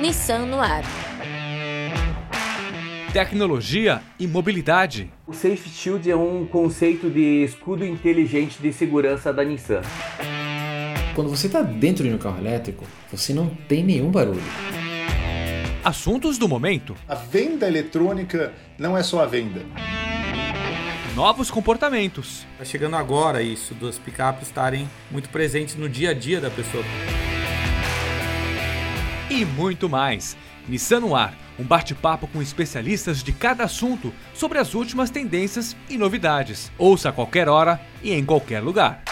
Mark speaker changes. Speaker 1: Nissan no ar.
Speaker 2: Tecnologia e mobilidade.
Speaker 3: O Safe Shield é um conceito de escudo inteligente de segurança da Nissan.
Speaker 4: Quando você está dentro de um carro elétrico, você não tem nenhum barulho.
Speaker 2: Assuntos do momento.
Speaker 5: A venda eletrônica não é só a venda.
Speaker 2: Novos comportamentos.
Speaker 6: Tá chegando agora isso, dos picapes estarem muito presentes no dia a dia da pessoa.
Speaker 2: E muito mais. Nissan no ar. Um bate-papo com especialistas de cada assunto sobre as últimas tendências e novidades. Ouça a qualquer hora e em qualquer lugar.